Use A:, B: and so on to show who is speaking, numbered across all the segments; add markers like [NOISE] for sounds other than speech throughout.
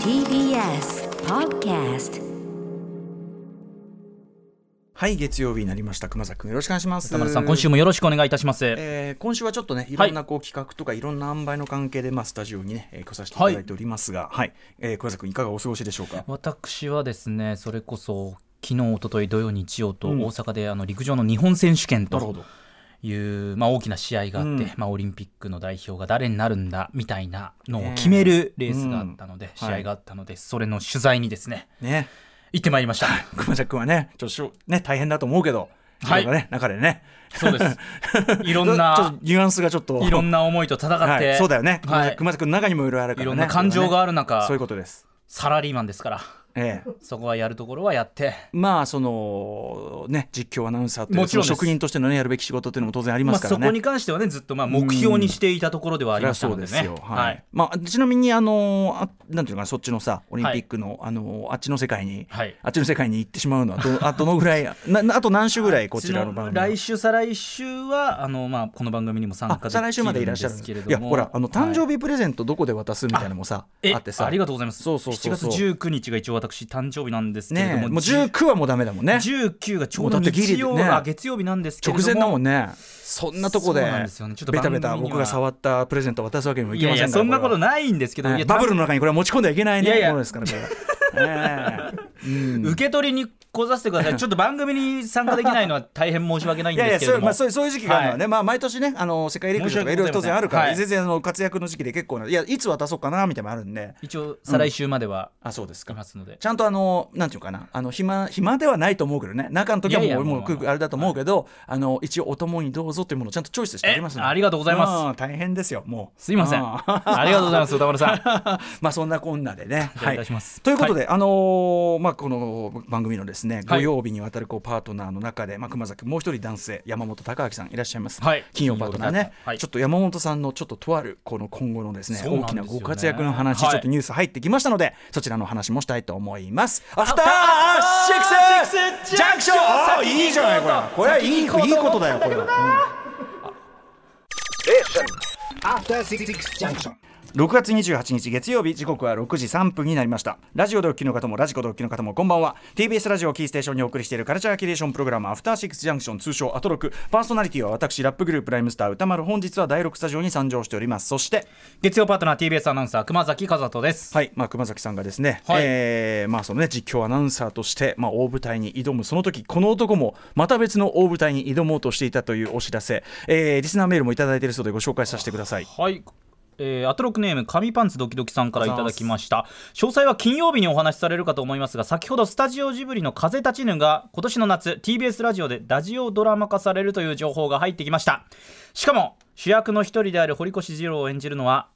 A: TBS Podcast
B: はい、月曜日になりました。熊崎くん、よろしくお願いします。
C: 田村さん、今週もよろしくお願いいたします。
B: えー今週はちょっとね、いろんなこう企画とか、いろんな塩梅の関係で、まあ、スタジオにね、えー来させていただいておりますが、はい、えー、熊崎くん、いかがお過ごしでしょうか。
C: 私はですね、それこそ昨日、一昨日土曜、日曜と大阪で、あの陸上の日本選手権
B: なるほ
C: と
B: ど。
C: いう、まあ、大きな試合があって、
B: うん
C: まあ、オリンピックの代表が誰になるんだみたいなのを決めるレースがあったので、
B: ん
C: 試合があったので、それの取材にですね、
B: ね、
C: 行ってまいりました。
B: 熊崎くんはね、ちょっとしょ、ね、大変だと思うけど、
C: はい
B: ろろね、中でね、
C: そう
B: [LAUGHS]
C: です。いろ
B: ちょ
C: ん
B: ちょっと
C: な、
B: ニュアンスがちょっと、
C: いろんな思いと戦って、
B: はい、そうだよね。熊
C: は
B: 崎
C: い、
B: 熊崎くんの中にもいろいろあるか
C: い
B: らね。
C: ろんな感情があ
B: る
C: る中、
B: そういうことです。
C: サラリーマンですから、
B: ええ
C: そこはやるところはやって、
B: まあそのね実況アナウンサーという
C: もちろんです
B: その職人としてのねやるべき仕事というのも当然ありま
C: ます
B: か
C: あ、
B: ら
C: そ
B: ね。
C: こに関してはねずっとまあ目標にしていたところではあ
B: そ
C: り
B: りゃ
C: ました
B: そ
C: の
B: う
C: で
B: で
C: ね。
B: すよ。はい。
C: はい
B: まあちなみにあのーあなんていうのかなそっちのさオリンピックの、あのーあっちの世界に、
C: はい
B: あっちの世界に行ってしまうのはどあどのぐらい [LAUGHS] ななあと何週ぐらいこちらの番組は
C: 来週再来週はあのまあこの番組にも参加で
B: あ
C: き
B: 再来週までいらっしゃるん
C: ん
B: で
C: ですすけれど
B: い
C: も
B: やほらあの誕生
C: はい
B: 日プレゼントどこで渡すみたいなのもさ、
C: え
B: あってさ
C: ありがとうございます
B: そうそうそうそう
C: 7月19日が一応私誕生日なんですけれど
B: ねえ
C: も、
B: もう19はもうダメだもんね
C: 19がちょう
B: も
C: ど
B: うだってギリ
C: 日曜
B: ね
C: が月曜日なんですけれ
B: 直
C: ども
B: 前だもんねそんなとこで
C: そうなんですよねちょっと
B: ベ
C: 番
B: タ
C: 組
B: ベ
C: には
B: タ僕が触ったプレゼント渡すわけにもい
C: い
B: き
C: や
B: ま
C: い
B: せん
C: や
B: から
C: そんなこと
B: れは
C: ないんですけど、い
B: ね
C: や
B: バブルの中にこれは持ち込んではいけないね
C: いやいや
B: ものですからこれはええ
C: [LAUGHS]
B: うん
C: 受け取りに来させてくださ [LAUGHS] いちょっと番組に参加できないのは大変申し訳ないん
B: い
C: です
B: やいや
C: けれ
B: そ
C: ど
B: う,、
C: も
B: まあ、そういうそういう時期があるのはね、まあ、毎年ねあの世界陸上とかいろいろ当然あるから、
C: はい
B: 全然あの活躍の時期で結構ないやいつ渡そうかなみたいなのもあるんで
C: 一応再来週までは
B: あそうです
C: い
B: か
C: ますので、
B: ちゃんとあのなんていうかなあの暇暇ではないと思うけどね中の時はもう
C: いやいや
B: もう
C: まあまあ
B: くあれだと思うけど、あの一応お供にどうぞというものをちゃんとチョイスしてありますので
C: えありがとうございま
B: ん
C: す
B: 大変ですよもう
C: すいません。
B: う
C: ありがとうございます、歌丸 [LAUGHS] さん。
B: [LAUGHS] まあそんなこんなでね。
C: お願いいたします
B: ということで、あのーまあ、この番組のですね、土曜日にわたるこうパートナーの中で、まあ、熊崎もう一人男性山本隆明さんいらっしゃいます、
C: はい
B: 金曜パートナー
C: 金曜パ
B: ね
C: ートナーはい
B: ちょっと山本さんのちょっととあるこの今後のですね
C: そうなん
B: 大
C: です
B: き
C: よね
B: なご活躍の話、
C: はい
B: ちょっとニュース入ってきましたのでそちらの話もしたいと思います。アフターシックスジャンクションあいいじゃないこれこれはいいいいことだよこれは。うん
D: After Six Junction.
B: 6月28日月曜日時刻は6時3分になりましたラジオでお聞きの方もラジコでお聞きの方もこんばんは TBS ラジオをキーステーションにお送りしているカルチャーキュレーションプログラムアフターシックスジャンクション通称アトロクパーソナリティは私ラップグループライムスター歌丸本日は第6スタジオに参上しておりますそして
C: 月曜パートナー TBS アナウンサー、熊崎和人です。
B: はい、まあ、熊崎さんがですね、
C: はい
B: えーまあ、そのね、実況アナウンサーとして、まあ、大舞台に挑む、その時、この男も、また別の大舞台に挑もうとしていたというお知らせ。えーリスナーメールもいただいているそうで、ご紹介させてください。
C: はい。えーアトロックネーム紙パンツドキドキさんからいただきました詳細は金曜日にお話しされるかと思いますが先ほどスタジオジブリの「風立ちぬ」が今年の夏 TBS ラジオでラジオドラマ化されるという情報が入ってきましたしかも主役の一人である堀越二郎を演じるのは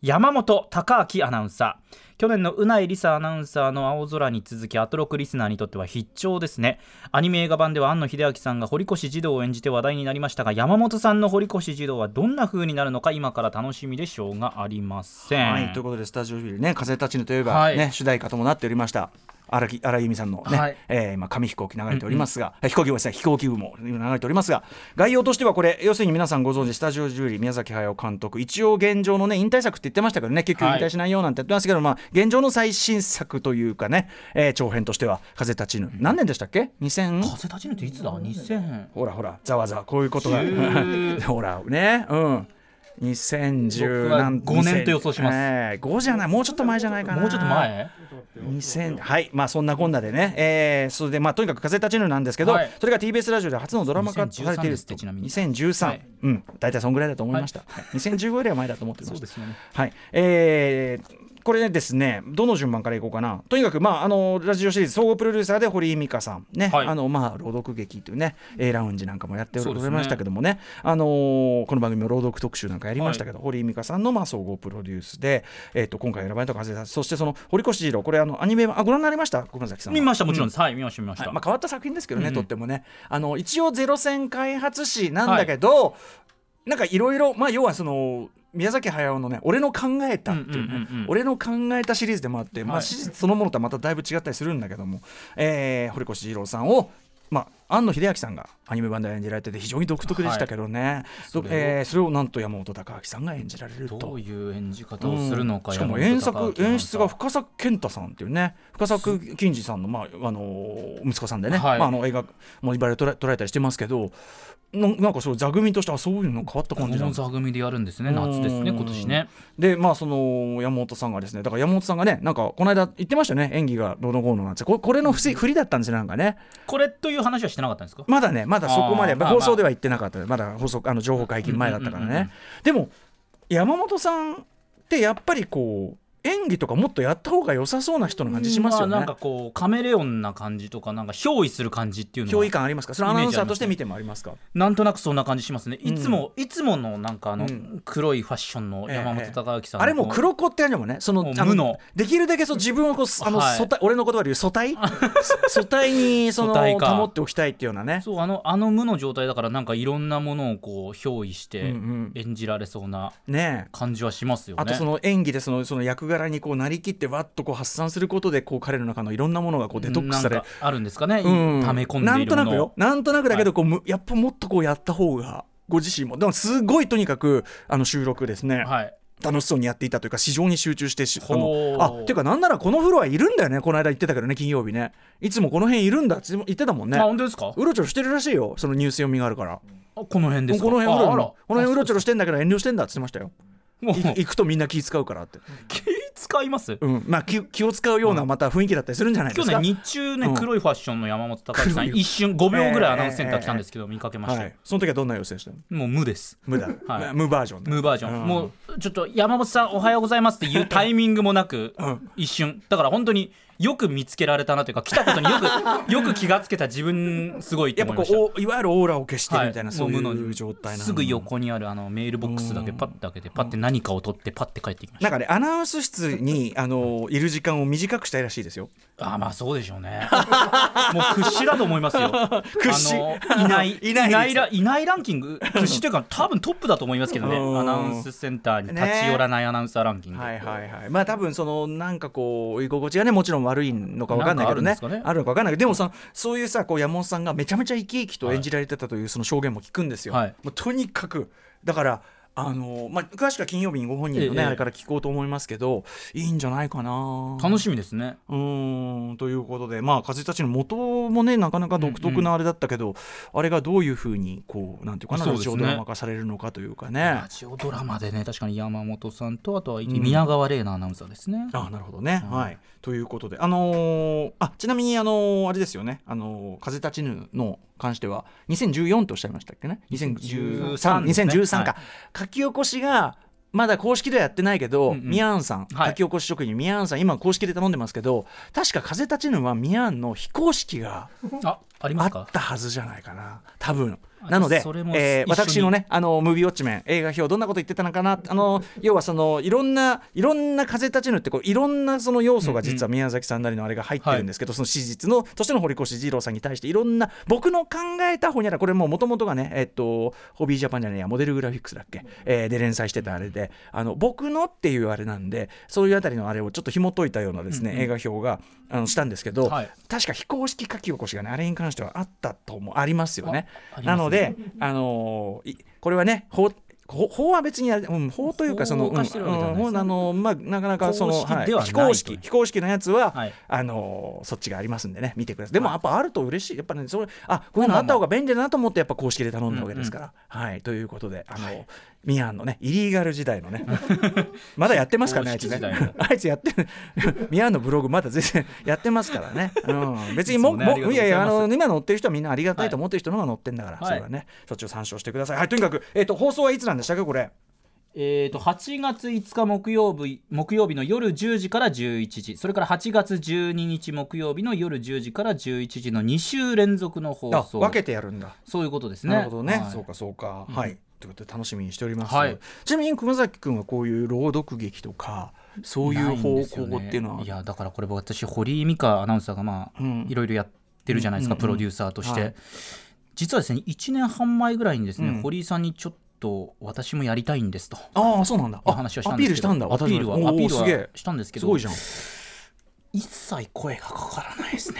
C: 山本隆明アナウンサー去年のうないりさアナウンサーの青空に続きアトロクリスナーにとっては必聴ですねアニメ映画版では庵野秀明さんが堀越児童を演じて話題になりましたが山本さんの堀越児童はどんな風になるのか今から楽しみでしょうがありません、
B: はい、ということでスタジオビルね「風立ちぬ」といえば、
C: はい
B: ね、主題歌ともなっておりました荒木荒井由実さんのね、
C: はい
B: えー今紙飛行機流れておりますが、飛行機もですね飛行機部も流れておりますが概要としてはこれ要するに皆さんご存知スタジオジュリー宮崎駿監督一応現状のね引退作って言ってましたけどね結局
C: は
B: 引
C: い
B: 退しないよなんて言ってますけど、まあ現状の最新作というかね、えー長編としては「風立ちぬ」何年でしたっけ 2000?
C: 風立ちぬっていつだ2000
B: ほらほらざわざわこういうことが [LAUGHS] ほらねうん2010
C: 僕は
B: なん
C: 5年と予想します
B: ええ5じゃないもうちょっと前じゃないかな
C: もうちょっと前
B: 2000はいまあそんなこんなでねえーそれでまあとにかく「風立ちぬ」なんですけど、
C: はい
B: それが TBS ラジオで初のドラマ化されている
C: 2013ですってちなみに
B: 2013、
C: はい
B: うん大体そんぐらいだと思いました、2015よりは前だと思ってました
C: そうですよね
B: はいえーこれですねどの順番からいこうかなとにかく、まあ、あのラジオシリーズ総合プロデューサーで堀井美香さんね、
C: はい
B: あのまあ、朗読劇というね A ラウンジなんかもやってお
C: そうで
B: り
C: すね
B: ましたけどもねあのーこの番組も朗読特集なんかやりましたけど、堀井美香さんの、まあ、総合プロデュースで、えっと今回選ばれた風さんそしてその堀越二郎これあのアニメあご覧になりました熊崎さんは
C: 見ましたもちろんです、はい見ました見ました、
B: はいまあ、変わった作品ですけどね、とってもねあの一応ゼロ戦開発誌なんだけど、なんかいろいろまあ要はその宮崎駿のね俺の考えたっていうね、
C: うんうんうんうん
B: 俺の考えたシリーズでもあって、まあ、
C: はい
B: 史実そのものとはまただいぶ違ったりするんだけども、えー堀越二郎さんをまあ庵野秀明さんがアニメ版で演じられてて非常に独特でしたけどね、そ
C: それを
B: えーそれをなんと山本隆明さんが演じられると。
C: どういう演じ方をするのか、
B: うんしかも
C: 山
B: 演
C: 本孝
B: 作
C: 明
B: 演出が
C: さん
B: 深作健太さんっていうね深作金次さんの,、まああのー息子さんでね、
C: はい
B: まあ、あの映画もいわゆる捉え捉えたりしてますけどななんかそう座組としてはそういうの変わった
C: こ
B: 感じなん
C: の
B: です
C: 座組でやるんですね
B: うん
C: 夏ですね今年ね
B: でまあその山本さんがですねだから山本さんがねなんかこの間言ってましたよね演技がどうのこうのなんてここれのふし振りだったんですよなんかね
C: これという話はしてなかったんですか
B: まだねまだそこまで
C: あーまあ
B: 放送では言ってなかったまだ放送あの情報解禁前だったから
C: うんうんうん
B: ねでも山本さんってやっぱりこう演技とかもっとやった方が良さそうな人の感じしますよね、
C: あなんかこうカメレオンな感じとかなんか憑依する感じっていうの
B: 憑
C: は
B: 依感ありますかそれアナウンサーとして見てもありますか
C: なんとなくそんな感じしますねいつも、いつものなんかあの、
B: うん
C: 黒いファッションの山本孝明さんの、
B: あれもう黒子ってやるのもねその
C: もう
B: あ
C: 無の
B: できるだけそう自分をこうすあの、
C: はい
B: 素体俺の言葉で言う素
C: [LAUGHS]
B: 体素体にその
C: 素体か
B: 保っておきたいっていうようなね
C: そうあのあの無の状態だからなんかいろんなものをこう憑依して
B: うん
C: 演じられそうな
B: ねえ
C: 感じはしますよね。
B: あとその演技でそのその役柄にこうなりきってわっとこう発散することでこう彼の中のいろんなものがこうデトックスさ
C: な
B: れ
C: んかあるんですかね、
B: うん
C: 溜め込んで
B: な
C: いるもの
B: んとなくよなんとなくだけどこう、むやっぱもっとこうやった方がご自身もでもすごいとにかくあの収録ですね、
C: はい、
B: 楽しそうにやっていたというか市場に集中してしあ
C: ほ
B: の
C: う
B: あていうかなんならこのフロアいるんだよねこの間言ってたけどね金曜日ねいつもこの辺いるんだって言ってたもんね
C: あ本当ですか
B: うろちょろしてるらしいよそのニュース読みがあるから
C: あこの辺ですか
B: この辺うろち
C: ああら
B: ょろこの辺うろちょろしてんだけど遠慮してんだって言ってましたよ
C: もう
B: [LAUGHS] い行くとみんな気使うからって、
C: 気使います、
B: うんまあ、気気を使うようなまた雰囲気だったりするんじゃないで
C: 今
B: す
C: 日ね
B: か
C: 日中ね、
B: うん
C: 黒いファッションの山本隆さん
B: 黒い
C: 一瞬5秒ぐらいアナウンスセンター来たんですけど見かけました
B: は
C: よ、
B: い、その時はどんな様子でした
C: もう無です
B: 無だ、
C: はい
B: 無バージョンだ
C: 無バージョン、
B: うん
C: もうちょっと山本さんおはようございますって [LAUGHS] いうタイミングもなく、
B: ん
C: 一瞬だから本当によく見つけられたなというか来たことによ [LAUGHS] くよく気がつけた自分すごいって
B: やっ
C: 思
B: ぱ
C: い
B: こ
C: まし
B: う
C: た
B: おいわゆるオーラを消してるみたいな、
C: は
B: そう
C: も無
B: い
C: の
B: う状態なの
C: すぐ横にあるあのメールボックスだけパッて開けてパッて何かを取ってパッて帰ってきまし
B: な
C: た
B: んかねアナウンス室にあのいる時間を短くしたいらしいですよ
C: あーまあそうでしょうね [LAUGHS] もう屈指だと思いますよ
B: [LAUGHS] 屈指
C: あのいない
B: [LAUGHS] いないです
C: いないらいないランキング屈指というか多分トップだと思いますけどね
B: うん
C: アナウンスセンターに立ち寄らないアナウンサーランキング、
B: はいはいはい、まあ多分そのなんかこう居心地がねもちろん悪いのか分かんないけどね
C: なんかあるんですかね
B: のか分かんないけどでもさそういうさこう山本さんがめちゃめちゃ生き生きと演じられてたというその証言も聞くんですよ。
C: はい
B: もうとにかくだからあのまあ、詳しくは金曜日にご本人の、ね
C: ええ
B: あれから聞こうと思いますけどいいんじゃないかな。
C: 楽しみですね
B: うーんということで、まあ、風たちの元もねなかなか独特なあれだったけど、あれがどういうふうにこうなんていうかな
C: そう
B: ラ
C: です
B: ジ
C: ね
B: オドラマ化されるのかというかね
C: ラ。ジオドラマでね確かに山本さんとあとは宮川玲奈アナウンサーですね、
B: あなるほどね、
C: うん
B: はい。ということで、あのーあちなみに、あのーあれですよね、あのー風立ちぬの関しては、2014とおっしゃいましたっけね、2013,
C: 2013ですね
B: 2013か、
C: は
B: 書き起こしが、まだ公式ではやってないけど、
C: うんうん
B: ミヤンさん、
C: はい
B: 書き起こし職人、ミヤンさん、今、公式で頼んでますけど、確か風立ちぬはミヤンの非公式が
C: あありま
B: あ
C: す
B: っ
C: か
B: たはずじゃないかな、多分
C: あ
B: なので
C: それも、
B: えー
C: 一緒に
B: 私のね、あのムービーウォッチメン、映画表、どんなこと言ってたのかな、あの要はそのいろんな、いろんな風立ちぬってこう、いろんなその要素が実は宮崎さんなりのあれが入ってるんですけど、その史実の、としての堀越二郎さんに対して、いろんな、僕の考えたほにゃら、これもう元々がね、えっと、ホビージャパンじゃないや、モデルグラフィックスだっけ、えーで連載してたあれで、あの僕のっていうあれなんで、そういうあたりのあれをちょっと紐解いたようなですね、
C: うんうん
B: 映画表があのしたんですけど、
C: はい
B: 確か非公式書き起こしがね、あれに関してはあったと思う、ありますよね。
C: あありま
B: な
C: すね
B: ので、あのーいこれはね法法法は別にあれ、うん、法というかその
C: 法を犯してるわけじゃないで
B: うん
C: すね
B: うんあのーまあなかなかその
C: 公式ではない
B: 非
C: とい
B: 公式
C: う
B: 非公式のやつは、
C: はい
B: あのーそっちがありますんでね見てくださいでもやっぱあると嬉しいやっぱねそれあこういうのあった方が便利だなと思ってやっぱ公式で頼んだわけですから、はいということであのー、ミアンのねイリーガル時代のねまだやってますからねあいつね [LAUGHS]
C: 公式時代の
B: あいつやってるミアンのブログまだ全然やってますからね、
C: [LAUGHS]
B: うん、別に
C: いつも
B: も
C: ね
B: も
C: ありがとうございます
B: いやいやあの今乗ってる人はみんなありがたいと思ってる人の方が乗ってんだから、
C: はい
B: それはねそっちを参照してください。はい、とにかく、えっと放送はいつなんでしたっけこれ
C: えー、と8月5日木曜日木曜日の夜10時から11時それから8月12日木曜日の夜10時から11時の2週連続の放
B: あ
C: 送
B: 分けてやるんだ。
C: そういうことですね
B: なるほどね、
C: はい
B: そうかそうか、はいということで楽しみにしております、
C: はい
B: ちなみに熊崎君はこういう朗読劇とかそういう方向っていうのは
C: ないんですよねやだからこれ私堀井美香アナウンサーがまあ
B: うん
C: いろいろやってるじゃないですか、
B: うんうんうん
C: プロデューサーとして、
B: はい
C: 実はですね1年半前ぐらいにですね、
B: うん
C: 堀井さんにちょっと私もやりたいんですと
B: ああそうなんだ
C: お
B: あ
C: 話をした
B: ア
C: ん
B: ピ
C: で
B: ール
C: すけ
B: した
C: ど
B: んだ
C: アピールは
B: 私も
C: ア
B: お
C: ピ
B: ー
C: ー
B: すげ
C: ルは
B: え
C: したんですけ
B: す
C: ど
B: ごいじゃん
C: 一切声がかからないですね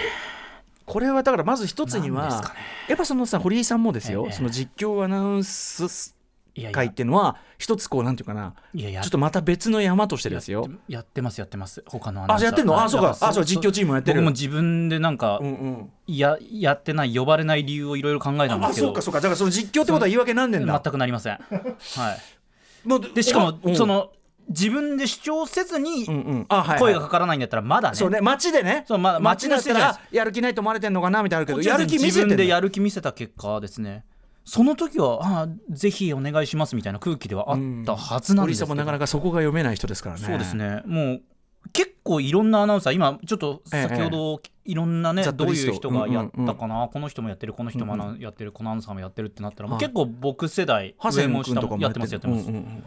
B: これはだからまず一つに
C: なん
B: は、
C: ですかね
B: やっぱそのさ堀井さんもですよ、
C: ええ
B: その実況アナウンス
C: いやいや
B: 会っていうのは一つこうなんていうかない
C: やいや
B: ちょっとまた別の山としてです
C: やっ
B: よ
C: てやってますやってます他のアナウン
B: あ
C: サー
B: やってんの
C: はい
B: あそうか
C: だら
B: あそう実況チームもやってる
C: 僕も自分でなんか、
B: うんうん
C: ややってない呼ばれない理由をいろいろ考えたんで
B: あ
C: すけど
B: そうかそうかだからその実況ってことは言い訳なんねん
C: 全
B: だ
C: くな
B: [LAUGHS]
C: りません、はい、
B: もう
C: でしか
B: う
C: も
B: ん
C: その自分で主張せずに
B: うんうんあはいはい
C: 声がかからないんだったらまだね,、
B: そうね街でね
C: そうま
B: 街だったら
C: 街
B: あやる気ないと思われてんのかなみたいなのあるけどやる気見せ
C: 自
B: て
C: 分
B: んだ
C: でやる気見せた結果ですねその時はああぜひお願いしますみたいな空気ではあったはずなん
B: 堀
C: で
B: 井
C: す
B: さ
C: け
B: ん
C: ど、
B: もなかなかそこが読めない人ですからね
C: そうですねもう結構いろんなアナウンサー今ちょっと
B: ええ
C: 先ほどいろんなね、
B: ざっと
C: どう
B: リス
C: い
B: ト
C: う人がやったかな、この人もやってるこの人もアナやってるこのアナウンサーもやってるってなったら、もう
B: はい
C: 結構僕世代
B: 長
C: 上
B: 谷
C: も
B: 君
C: 下
B: とか
C: も
B: も
C: やってますやってます、
B: うんうんうん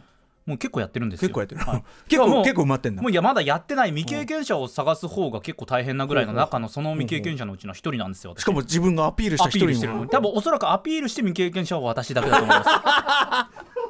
C: もう結構やってるんですよ
B: 結構やってる、
C: はい
B: 結
C: いやも
B: 構
C: う
B: 結構埋まってんだ
C: もういやまだやってない未経験者を探す方が結構大変なぐらいの中のその未経験者のうちの一人なんですよ私
B: しかも自分がアピールした
C: ア
B: 一
C: ピー
B: 人
C: ルしてるの
B: も
C: に多分おそらくアピールして未経験者は私だけだと思いま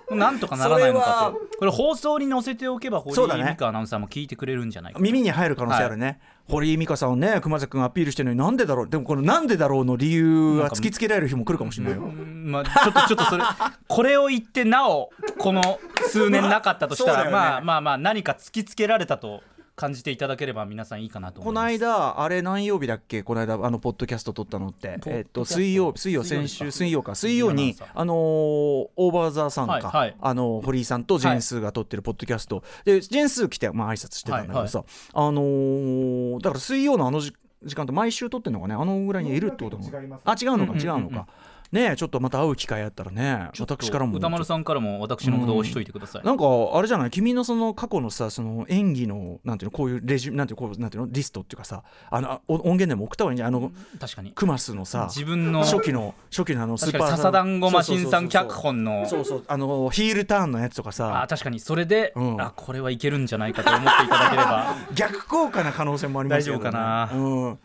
C: す。なんとかならないのかってこれ放送に載せておけば堀
B: そうだね
C: 井美香アナウンサーも聞いてくれるんじゃないかな
B: 耳に入る可能性あるね、堀井美香さんをね熊崎君アピールしてるのになんでだろうでもこのなんでだろうの理由が突きつけられる日も来るかもしれないよ
C: うんまあ、ちょっとちょっとそれこれを言ってなおこの数年なかったとしたら、
B: [LAUGHS] そうだよね
C: まあまあまあ何か突きつけられたと感じていただければ皆さんいいかなと思
B: こ
C: い
B: の
C: ます。
B: 間あれ何曜日だっけこの間あのポッドキャスト撮ったのって
C: ポッドキャスト
B: えっと水曜水曜
C: 水
B: 先
C: 曜ですか
B: 週水曜か水曜に
C: 水曜なんですか
B: あのーオーバーザーさん
C: はいは
B: か
C: い
B: あのー堀井さんとジェンスーが撮ってるポッドキャストでジェンスー来てまあ挨拶してたんだけどさあのーだから水曜のあのじ時間と毎週撮ってんのかねあのぐらいにいるってことなの
D: 違います
B: あ違うのか
C: うん
B: 違うのかねえちょっとまた会う機会あったらね私からも
C: 歌丸さんからも私のことを押しといてください。
B: なんかあれじゃない君のその過去のさその演技のなんていうのこういうレジュなんていうのこうなんていうのリストっていうかさあのあお音源でも送った方がいいんじゃないあの
C: 確かに
B: クマスのさ
C: 自分の
B: 初期の初期のあのス
C: 確
B: ー
C: か
B: パ
C: に
B: ー
C: 笹団子マシンさん
B: そうそうそうそう
C: 脚本の
B: そうそうあのヒールターンのやつとか
C: あ
B: さ
C: 確かにそれで、
B: うん
C: あこれはいけるんじゃないかと思っていただければ
B: 逆効果な可能性もありますよね
C: 大丈夫かな
B: うん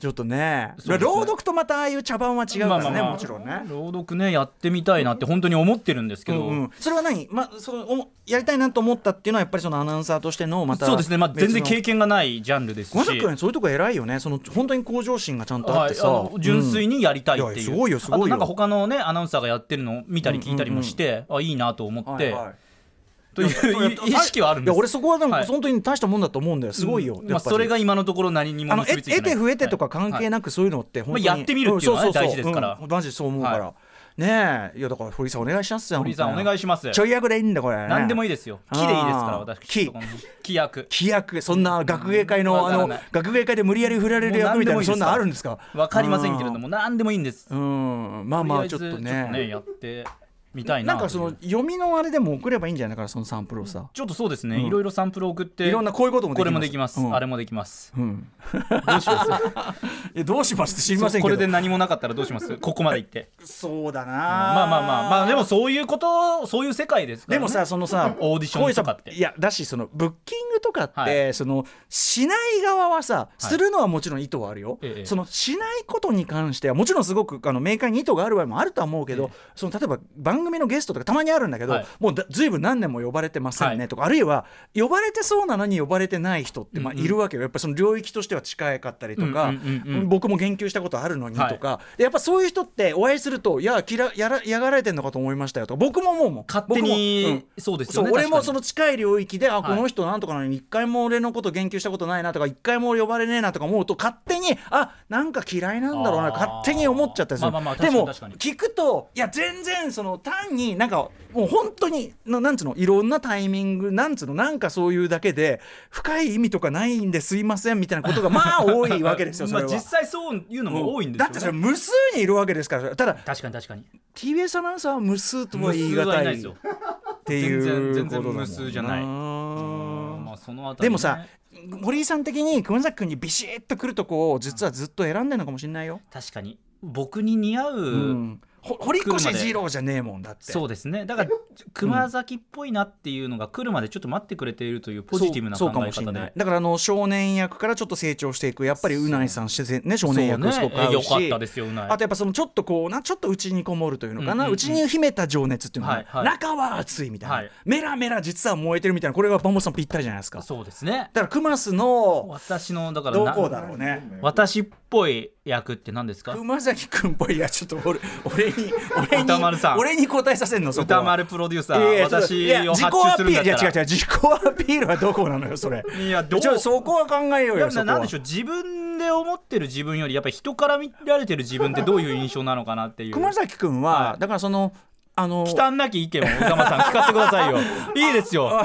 B: ちょっとね
C: そうですね
B: 朗読とまたああ [LAUGHS] いう茶番は違うからね、もちろんね
C: 朗読ねやってみたいなって本当に思ってるんですけど、
B: うんうんそれは何、まあ、そのおやりたいなと思ったっていうのはやっぱりそのアナウンサーとしてのまた
C: そうですね、まあ、全然
B: 別の
C: 経験がないジャンルですし
B: 小崎君そういうとこ偉いよねその本当に向上心がちゃんとあっ
C: は
B: て
C: い、
B: さ、
C: あの純粋にやりたいって
B: いや
C: いう、
B: すごいよすごいよ
C: あとなんか他のねアナウンサーがやってるのを見たり聞いたりもして、あいいなと思
B: うん
C: って、
B: はいはい
C: という意識はあるんで
B: い
C: す
B: や俺そこはでも
C: はい
B: 本当に大したもんだと思うんだよすごいよ、
C: うん
B: や
C: まあ、
B: っぱり
C: それが今のところ何にも
B: あの
C: 結
B: 得
C: びついてない
B: 得て増えてとか関係なくそういうのって本当に、
C: まあやってみるっていうのはね大事ですから
B: うんマジそう思うから、
C: は
B: ねえいやだから堀さんお願いしますよ
C: 堀井さ
B: 本
C: ん
B: 当
C: お
B: に
C: 願いします
B: ちょい役でいいんだこれ、ね、
C: 何でもい
B: い
C: いですよ木でいいですから
B: あー
C: 私そこの木役
B: 規約そんな学芸会の、
C: うんわ
B: あ
C: から
B: の
C: ない
B: 学芸会で無理やり振られる役みたいな
C: もう何でもいいです
B: そんなんあるんですか
C: わかりませんけれども何でもいいんです
B: うんまあまあちょっと
C: りあえず
B: ね
C: やってみたいな
B: なんかそ
C: と
B: の
C: いう
B: 読みのあれでも送ればいいんじゃないかなそのサンプルをさ、
C: ちょっとそうですね、いろいろサンプル送って
B: いろんなこういうこともできます
C: これもできます、
B: うん
C: あれもできます
B: うん、
C: どうし
B: [LAUGHS]
C: ます
B: いやどうしますって知りません
C: こ
B: け
C: れ
B: ど
C: で何もなかったらどうしますここまで行
B: [LAUGHS]
C: って
B: そうだな、
C: まあまあまあまあでもそういうことそういう世界ですから、
B: で
C: ね、
B: もさそのさ
C: オーディションとかって
B: こういうさいやだしそのブッキングとかって、
C: は
B: そのしない側はさするのはもちろん意図はあるよ、
C: ええ
B: そのしないことに関してはもちろんすごくあの明快に意図がある場合もあるとは思うけど、その例えば番組のゲストとかたまにあるんだけど、
C: はい
B: もうだずいぶん何年も呼ばれてません
C: は
B: ね
C: い
B: とか、あるいは呼ばれてそうなのに呼ばれてない人ってまあいるわけよ、やっぱその領域としては近かったりとか、
C: うんうんうんうん
B: 僕も言及したことあるのにとか、でやっぱそういう人ってお会いするといや嫌やらやがられてんのかと思いましたよとか僕も思うもん
C: 勝手
B: 僕もう
C: に
B: ん
C: そうです
B: そ
C: よ
B: う
C: ね
B: 俺も
C: 確
B: そ
C: かに
B: の近い領域で、あ
C: い
B: この人なんとかなのに一回も俺のこと言及したことないなとか一回も俺呼ばれねえなとか思うと勝手にあなんか嫌いなんだろうな
C: あー
B: 勝手に思っちゃったりする
C: まあまあま
B: で
C: あ
B: も
C: 確かに確
B: 聞くといや全然その単になんかもう本当にななんつうのいろんなタイミングなんつうのなんかそういうだけで深い意味とかないんですいませんみたいな
C: [LAUGHS]
B: ことがまあ多いわけですよそ
C: まあ
B: れは。
C: 実際そういうのも多いんですよ、
B: だ
C: ね
B: ってそれ無数にいるわけですからただ
C: 確かに確かに
B: TBS アナウンサーは無数とは言い
C: 無数は
B: 難
C: ないで
B: っ
C: すよ
B: ていう
C: 全然全
B: こ
C: 然
B: とだもん
C: 無数じゃない
B: うん
C: まあそのあたりね
B: でもさ堀井さん的に熊崎君にビシッとくるとこを実はずっと選んでるのかもしれないよ。
C: 確かに僕に似合う、
B: うん、ほ堀越二郎じゃねえもんだって。
C: そうですねだから熊崎っぽいなっていうのが来るまでちょっと待ってくれているというポ
B: そう
C: ジティブな
B: そ
C: 考
B: うか
C: え
B: もしれ
C: 方
B: な
C: で
B: い。だからあの少年役からちょっと成長していくやっぱりうないさんしてね少
C: そう
B: 年役すごく合
C: ね、
B: う
C: よ
B: し
C: かったですようない
B: あとやっぱそのちょっとこうなちょっと内にこもるというのか
C: うんうん
B: な
C: うん
B: 内、に秘めた情熱っていうのかな、
C: はいはい
B: 中は熱いみたいな、
C: はい
B: メラメラ実は燃えてるみたいなこれがバンボさんぴったりじゃないですかだ
C: そうですね
B: からクマスの
C: 私のだから
B: ど
C: な
B: こだろうね
C: 私っぽい役って何ですか
B: 熊崎君っぽいいやちょっと俺 [LAUGHS] 俺に俺
C: 歌丸
B: に
C: さん
B: 俺に答えさせんのそこは
C: 歌丸プロデューサ
B: いやい
C: ー
B: やちょっとい
C: 私
B: や
C: を発注するんだっ
B: 自己アピールいや
C: た
B: 違う
C: ら
B: 違う自己アピールはどこなのよそれ
C: いやどう
B: ちょそこは考えよう
C: い
B: よ
C: やな
B: そこ
C: な
B: は
C: んでしょう自分で思ってる自分よりやっぱり人から見られてる自分ってどういう印象なのかなっていう
B: 熊崎君は、
C: はい
B: だからそのあの
C: 忌憚なき意見を小玉さん聞かせてくだ
B: [LAUGHS]
C: さいよいいですよ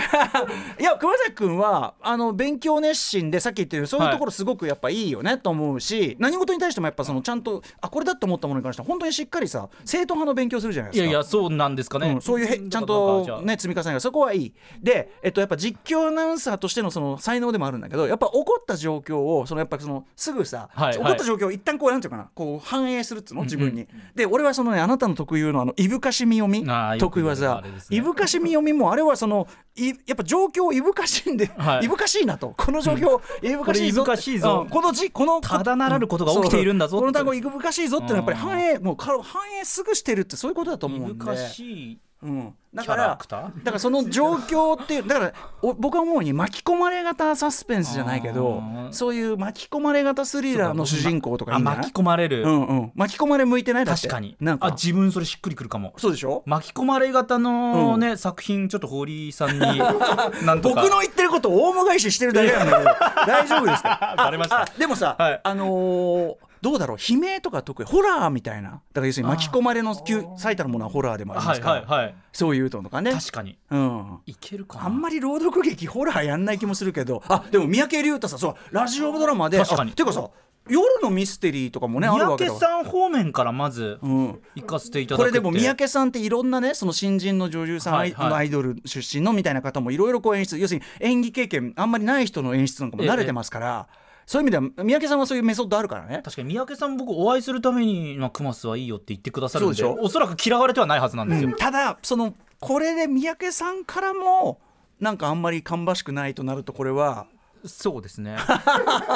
B: いや熊崎君はあの勉強熱心でさっき言ってるそういうところすごくやっぱいいよねと思うし、何事に対してもやっぱそのちゃんとあこれだと思ったものに関しては本当にしっかりさ正統派の勉強するじゃないで
C: い
B: す
C: や
B: か。
C: いやそうなんですかね、
B: うん、そういうへちゃん
C: なかなか
B: と
C: じゃあ
B: ね積み重ねがそこはいいで、えっと、やっぱ実況アナウンサーとしてのその才能でもあるんだけどやっぱ起こった状況をそのやっぱそのすぐさ、
C: はいはい
B: 起こった状況を一旦こうなんていうのかなこう反映するっつうの自分に、で俺はそのねあなたの特有のあのいぶかしみ読み
C: あーよく
B: 得意
C: 言わ
B: 技
C: れるあれですね
B: いぶかしみ読みもあれはそのいやっぱ状況をいぶかしんで、
C: はい
B: い、ぶかしいなとこの状況いぶかしいぞ
C: これいぶかしいぞ
B: うんこの字この
C: ただならぬことが起きているんだぞ
B: そうこの単語いぶかしいぞってのはやっぱり反映もうか反映すぐしてるってそういうことだと思うんで
C: 難しい
B: うん、だ
C: キャ
B: か
C: ラ
B: ら
C: クター
B: だからその状況っていうだからお僕は思うに巻き込まれ型サスペンスじゃないけど
C: あー
B: そういう巻き込まれ型スリラーの主人公とかいい
C: あ
B: んじゃない
C: 巻き込まれる、
B: うんうん、巻き込まれ向いてないだって
C: 確かに
B: なん
C: あ
B: か
C: 自分それしっくりくるかも
B: そうでしょ
C: 巻き込まれ型のね、作品ちょっと堀井
B: [LAUGHS]
C: さんになんと
B: 僕
C: か
B: の言ってることを大も返ししてるだけなんだけど大丈夫
C: [LAUGHS]
B: ですか
C: バレまし
B: あ
C: た
B: あでもさ、
C: はい
B: あのーどうだろう悲鳴とか得意ホラーみたいなだから要するに巻き込まれの急最たるものはホラーでもありま
C: はい
B: すから、
C: はいはい
B: そういうのとかね
C: 確かに
B: うん
C: いけるかな
B: あんまり朗読劇ホラーやんない気もするけどあでも三宅龍太さんそうラジオドラマで
C: 確かに
B: あていうかさ夜のミステリーとかもねあ
C: 三
B: るわけ
C: 宅
B: だから
C: さん方面からまず
B: うん
C: 行かせていただく
B: こ
C: って
B: れでも三宅さんっていろんなねその新人の女優さん、
C: はいはい
B: アイドル出身のみたいな方もいろいろこう演出要するに演技経験あんまりない人の演出なんかも慣れてますから、そういう意味では三宅さんはそういうメソッドあるからね
C: 確かに三宅さん僕お会いするために、まあ、クマスはいいよって言ってくださるんで
B: そうでしょ
C: おそらく嫌われてはないはずなんですよ、
B: ただそのこれで三宅さんからもなんかあんまり芳しくないとなるとこれは
C: そうですね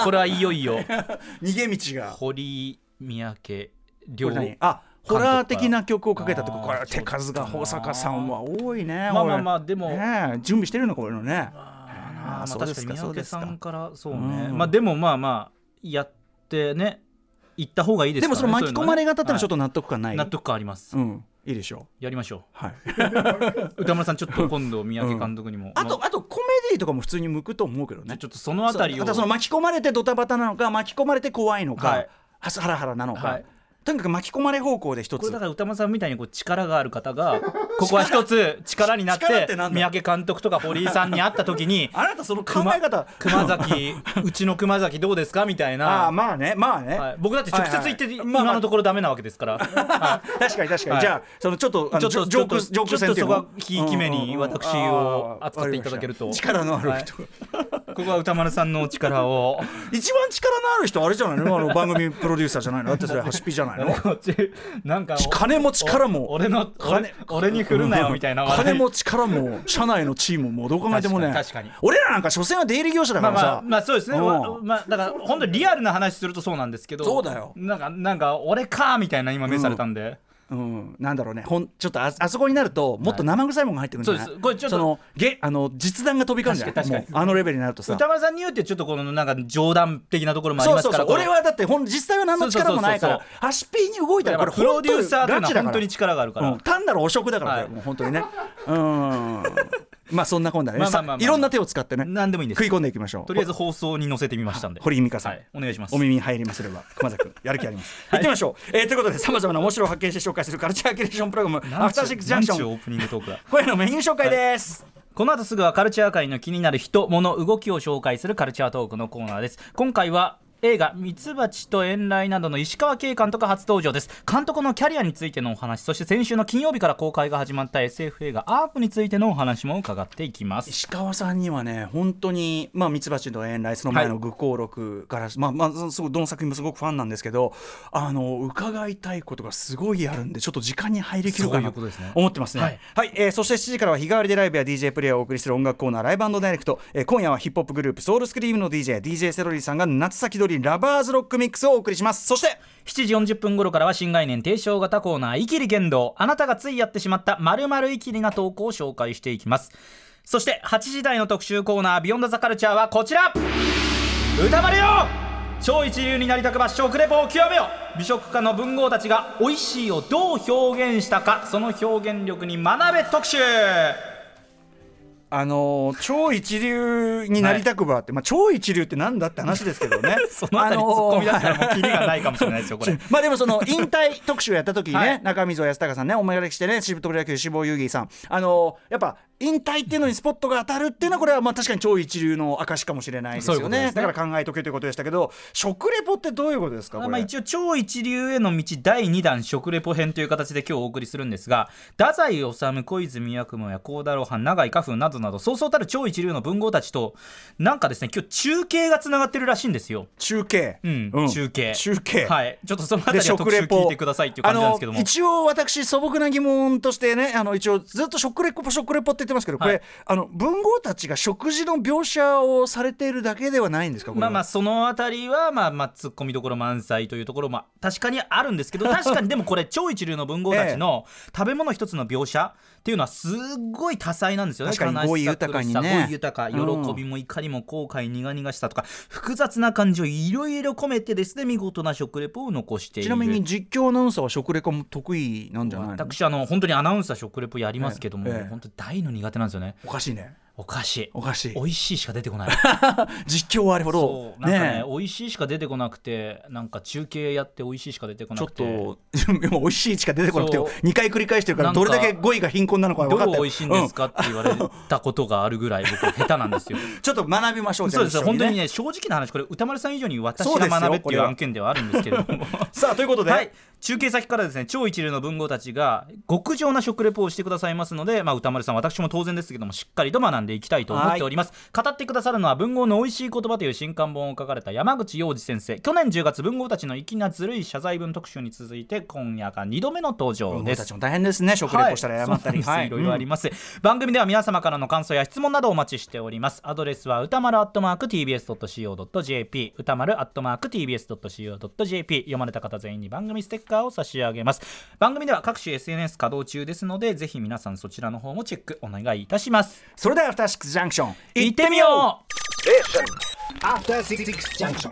C: これはいよいよ
B: 逃げ道が
C: 堀井三宅
B: こ
C: 両
B: れ何あホラー的な曲をかけたと
C: あ
B: こ
C: ー
B: これは手数が保坂さんは多いね
C: まあまあ
B: おい
C: まあでも
B: ねえ準備してるのこういうのね
C: ま
B: あ
C: あ、
B: ー
C: 確かに三宅さんからそうね、
B: うん
C: まあでもまあまあやってね行った方がいいです
B: で
C: か
B: もそ
C: らね
B: の巻き込まれ方ってのはちょっ
C: と、
B: と納得感な
C: はいい納得感あります、
B: うんいいでしょう
C: やりましょ
B: はい
C: う歌村さんちょっと今度三宅監督にも、
B: あ
C: ま
B: とあとコメディとかも普通に向くと思うけどね
C: ちょっとそのあたりを
B: そうあとその巻き込まれてドタバタなのか巻き込まれて怖いのか、
C: はい
B: はハラハラなのか、
C: はい
B: とにかく巻き込まれ方向で一
C: これ
B: つ
C: だから歌間さんみたいにこう力がある方がここは一つ力になって
B: 力ってなんだ
C: 三宅監督とか堀井さんに会った時
B: [LAUGHS]
C: に
B: あなたその考
C: 熊
B: え方
C: 熊崎うちの熊崎どうですかみた
B: [LAUGHS]
C: い
B: ああ
C: な、
B: まあねまあね、
C: はい、僕だって直接言って
B: はいはいまあまあ
C: 今のところダメなわけですから、はい
B: 確かに確かに、
C: はい
B: じゃあそのちょっとあの
C: ちょっと
B: ジョーク
C: ちょっと
B: ジョーク戦っていう
C: ちょっとそこはひいき目に私を扱っていただけると
B: うんうんうん力のある人、
C: ここは歌丸さんの力を
B: 一番力のある人あれじゃない
C: [LAUGHS]
B: のあの番組プロデューサーじゃないのだってそれはシピじゃないの
C: こっちなんか
B: 金も力も
C: お俺の俺俺に振るなよみたいな
B: 金も力も社内のチームもどう考えてもね
C: 確かに確か
B: 俺らなんか所詮は出入り業者だ
C: ま
B: から
C: あ
B: さ、
C: まあ、まあそうですね、
B: うん
C: わまあ、だから本当にリアルな話するとそうなんですけど
B: そうだよ
C: なんかなんか俺かみたいな今目されたんで、
B: うん、なんだろうねほんちょっとああそこになるともっと生臭いものが入ってくるんじゃない、
C: そうですこれちょっと
B: そのげあの実弾が飛び交うんじゃな
C: 確かに
B: いも
C: 確
B: うあのレベルになるとさ
C: 歌丸さんに言うってちょっとこのなんか冗談的なところもあり
B: そう
C: ます
B: そう
C: から
B: そう俺はだってほん実際は何の力もないか
C: そう
B: ら
C: そう
B: ハシピーに動いたらこれ
C: プロ
B: 本
C: デュ
B: 当
C: ー
B: に
C: サーという
B: ガ
C: の
B: チ
C: は
B: だ
C: 本
B: か
C: 当に力があるから、
B: ら、うん、単なる汚職だから、
C: はい
B: これもう本当にねうんまあそんなこんなね
C: まあまあ
B: さ
C: まあまあ
B: いろんな手を使ってね
C: 何でもいいんです
B: 食い込んでいきましょう
C: とりあえず放送に載せてみましたんで
B: 堀井美香さん、
C: はいお願いします
B: お耳に入りますれば熊
C: [LAUGHS]
B: 崎君やる気あります、行ってみましょう、えーということでさまざまな面白を発見して紹介するカルチャーキュレーションプログラム「
C: なん
B: アフ
C: ちゅ
B: ターシックスジャンクシ
C: なんちゅう
B: ョン
C: オープニングトークだ」
B: 今夜のメニュー紹介です、
C: この後すぐはカルチャー界の気になる人物動きを紹介するカルチャートークのコーナーです今回は映画「ミツバチと遠雷」などの石川慶監督初登場です監督のキャリアについてのお話そして先週の金曜日から公開が始まった SF 映画「アープ」についてのお話も伺っていきます
B: 石川さんにはね本当にまあミツバチの遠来その前の愚行録から、まあまあすごいどの作品もすごくファンなんですけどあの伺いたいことがすごいあるんでちょっと時間に入りきるか
C: そうい
B: な
C: うことですね
B: 思ってますね
C: はい
B: はい、えーそして7時からは日替わりでライブや DJ プレイヤーをお送りする音楽コーナーライブダイレクト、えー今夜はヒップホップグループソウルスクリームの DJDJ セロリさんが夏先取りラバーズロックミックスをお送りしますそして
C: 7時40分頃からは新概念提唱型コーナー「イキリ言動」あなたがついやってしまった〇〇イキリな投稿を紹介していきますそして8時台の特集コーナー「ビヨンドザカルチャーはこちら歌丸よ超一流になりたくば食レポを極めよ美食家の文豪たちが美味しいをどう表現したかその表現力に学べ特集
B: あのー超一流になりたくばって、まあ、超一流ってなんだって話ですけどね
C: [LAUGHS] そのあたり突っ込み出したらもうキリ [LAUGHS] がないかもしれないですよこれ
B: ち [LAUGHS] まあでもそ
C: [LAUGHS]
B: の引退特集やった時にね、
C: はい
B: 中溝康隆さんねお招きしてねしぶとぶ野球志望遊戯さんあのーやっぱ引退っていうのにスポットが当たるっていうのはこれはまあ確かに超一流の証かもしれないですよね
C: そういうことですね
B: だから考えとけということでしたけど食レポってどういうことですかこれ、
C: まあ、一応超一流への道第2弾食レポ編という形で今日お送りするんですが太宰治小泉八雲や幸太郎藩永井家風などなどそうそうたる超一流の文豪たちとなんかですね今日中継がつながってるらしいんですよ。
B: 中継、
C: うん、中継
B: 中継
C: はいちょっとそのあたり
B: で
C: は特
B: 食
C: 集
B: レポ
C: 聞いてくださいっていう感じなんですけども
B: あの一応私素朴な疑問としてねあの一応ずっと食レポ食レポって言ってますけどこれ、
C: はい
B: あの文豪たちが食事の描写をされているだけではないんですかこれ
C: まあ
B: は
C: まあそのあたりはまあまあツッコミどころ満載というところも確かにある
B: [LAUGHS]
C: んですけど確かにでもこれ超一流の文豪たちの食べ物一つの描写っていうのはすっごい多彩なんですよね
B: 確かに語彙豊かにね
C: 悲しさ苦しさ語彙豊
B: うん
C: か喜びも怒りも後悔苦々しさとか複雑な感情いろいろ込めてですね見事な食レポを残している
B: ちなみに実況アナウンサーは食レポも得意なんじゃないの
C: 私あの本当にアナウンサー食レポやりますけども、
B: ええ
C: 本当に大の苦手なんですよね
B: おかしいね
C: お菓子
B: おかしい [LAUGHS]
C: 美味しいしか出てこない
B: 実況はあれほど
C: そうなんかね美味しいしか出てこなくてなんか中継やって美味しいしか出てこ
B: ち
C: な
B: ょ
C: く
B: ってと [LAUGHS] でも美味しいしか出てこなくて
C: そう
B: 2回繰り返してるから
C: なんか
B: どれだけ語彙が貧困なのか分か
C: ど
B: った
C: う美
B: よ
C: 味しいんですかって言われたことがあるぐらい僕下手なんですよ
B: うんちょっと学びましょうじゃ
C: そ
B: あ
C: うです
B: 一緒
C: 本当にね正直な話これ歌丸さん以上に私が学べっていう案件ではあるんですけれども
B: さあということで、
C: はい中継先からですね超一流の文豪たちが極上な食レポをしてくださいますので、まあ、歌丸さん私も当然ですけどもしっかりと学んでいきたいと思っております語ってくださるのは「文豪の美味しい言葉」という新刊本を書かれた山口洋二先生去年10月文豪たちの粋なずるい謝罪文特集に続いて今夜が2度目の登場
B: 文
C: で
B: 豪
C: す
B: たちも大変ですね食レポしたら謝ったり、
C: はい、そうなんですいろいろあります、番組では皆様からの感想や質問などお待ちしておりますアドレスは歌丸アットマーク TBS.CO.JP 歌丸アットマーク TBS.CO.JP 読まれた方全員に番組ステッカーを差し上げます番組では各種 SNS 稼働中ですのでぜひ皆さんそちらの方もチェックお願いいたします
B: それではアフターシックスジャンクション
C: 行ってみよう
D: After Six Junction.